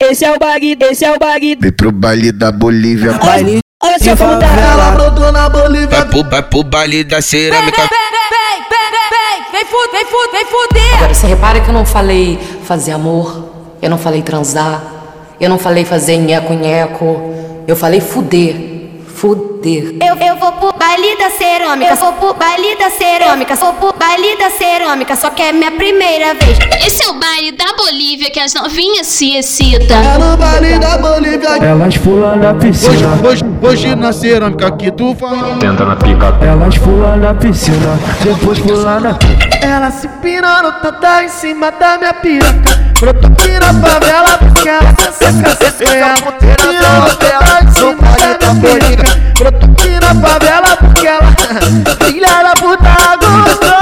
Esse é o bag, esse é o bag. Vem pro baile da Bolívia, Olha, olha só como tá. Ela brotou na Bolívia. Vai pro, vai pro baile da Vem, vem, cerâmica. vem, vem, vem, vem, vem, vem, fu- vem, fu- vem fuder. Agora, você repara que eu não falei fazer amor, eu não falei transar, eu não falei fazer nheco-nheco, eu falei fuder, fuder. Eu, eu vou pro baile da cerâmica, sou pro baile da cerâmica, sou pro baile da cerâmica, só que é minha primeira vez. Esse é o baile da Bolívia que as novinhas se excitam. É no baile da Bolívia. Elas pulam na Hoje, piscina, hoje, hoje na cerâmica que tu fala. Senta na pica, elas pulam na piscina, depois pulam na Ela se pirando, tá em cima da minha piroca. Brotou aqui na favela porque ela tá se sensacional. Pirando, tá em cima da minha piroca. Brotou aqui na favela porque ela... tá Filha da puta gostosa.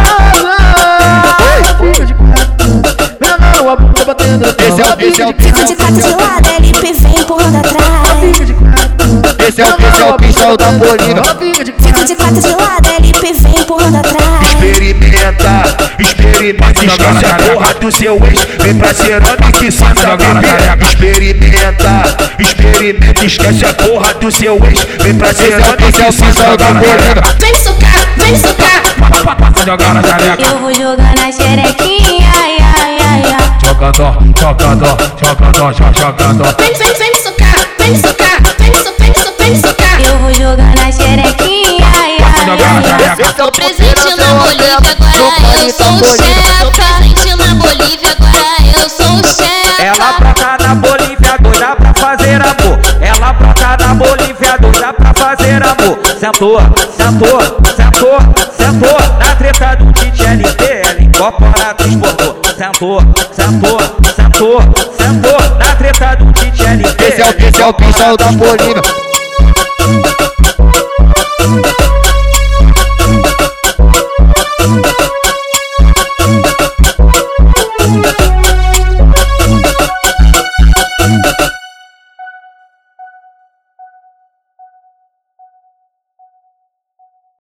Fica de quatro. Meu não, a bunda batendo. Esse é o, esse é o, Fico de tato de lado, LP vem empurrando atrás. esse é o, esse é o pichão da Bolívia. Fica de Fico de tato de lado, LP vem empurrando atrás. experimenta, experimenta. Esquece a porra do seu ex, vem pra cerâmica que senta beber. Experimenta, experimenta. Esquece a porra do seu ex, vem pra cerâmica que senta beber. Vem socar, vem socar. Joga na xereca, Eu vou jogar na xerequinha, ai, ai, ai, ai. joga dó, joga dó, joga dó, joga dó. Vem, vem, vem socar, vem socar, vem socar, vem socar, vem socar. Eu vou jogar na xerequinha, ai, Joga na xereca, Esse é o Presente na Bolívia, agora eu sou o chefe. Presente na Bolívia, agora eu sou o Ela chefe. pra cá na Bolívia, doida pra fazer amor. Ela pra cá na Bolívia, doida Tá pra fazer amor. Sentou, sentou, sentou, sentou. Na treta do DJ LP, ela incorpora, transportou. Sentou, sentou, sentou, sentou. Na treta do DJ LP. Esse é o, esse é o pichão da Bolívia.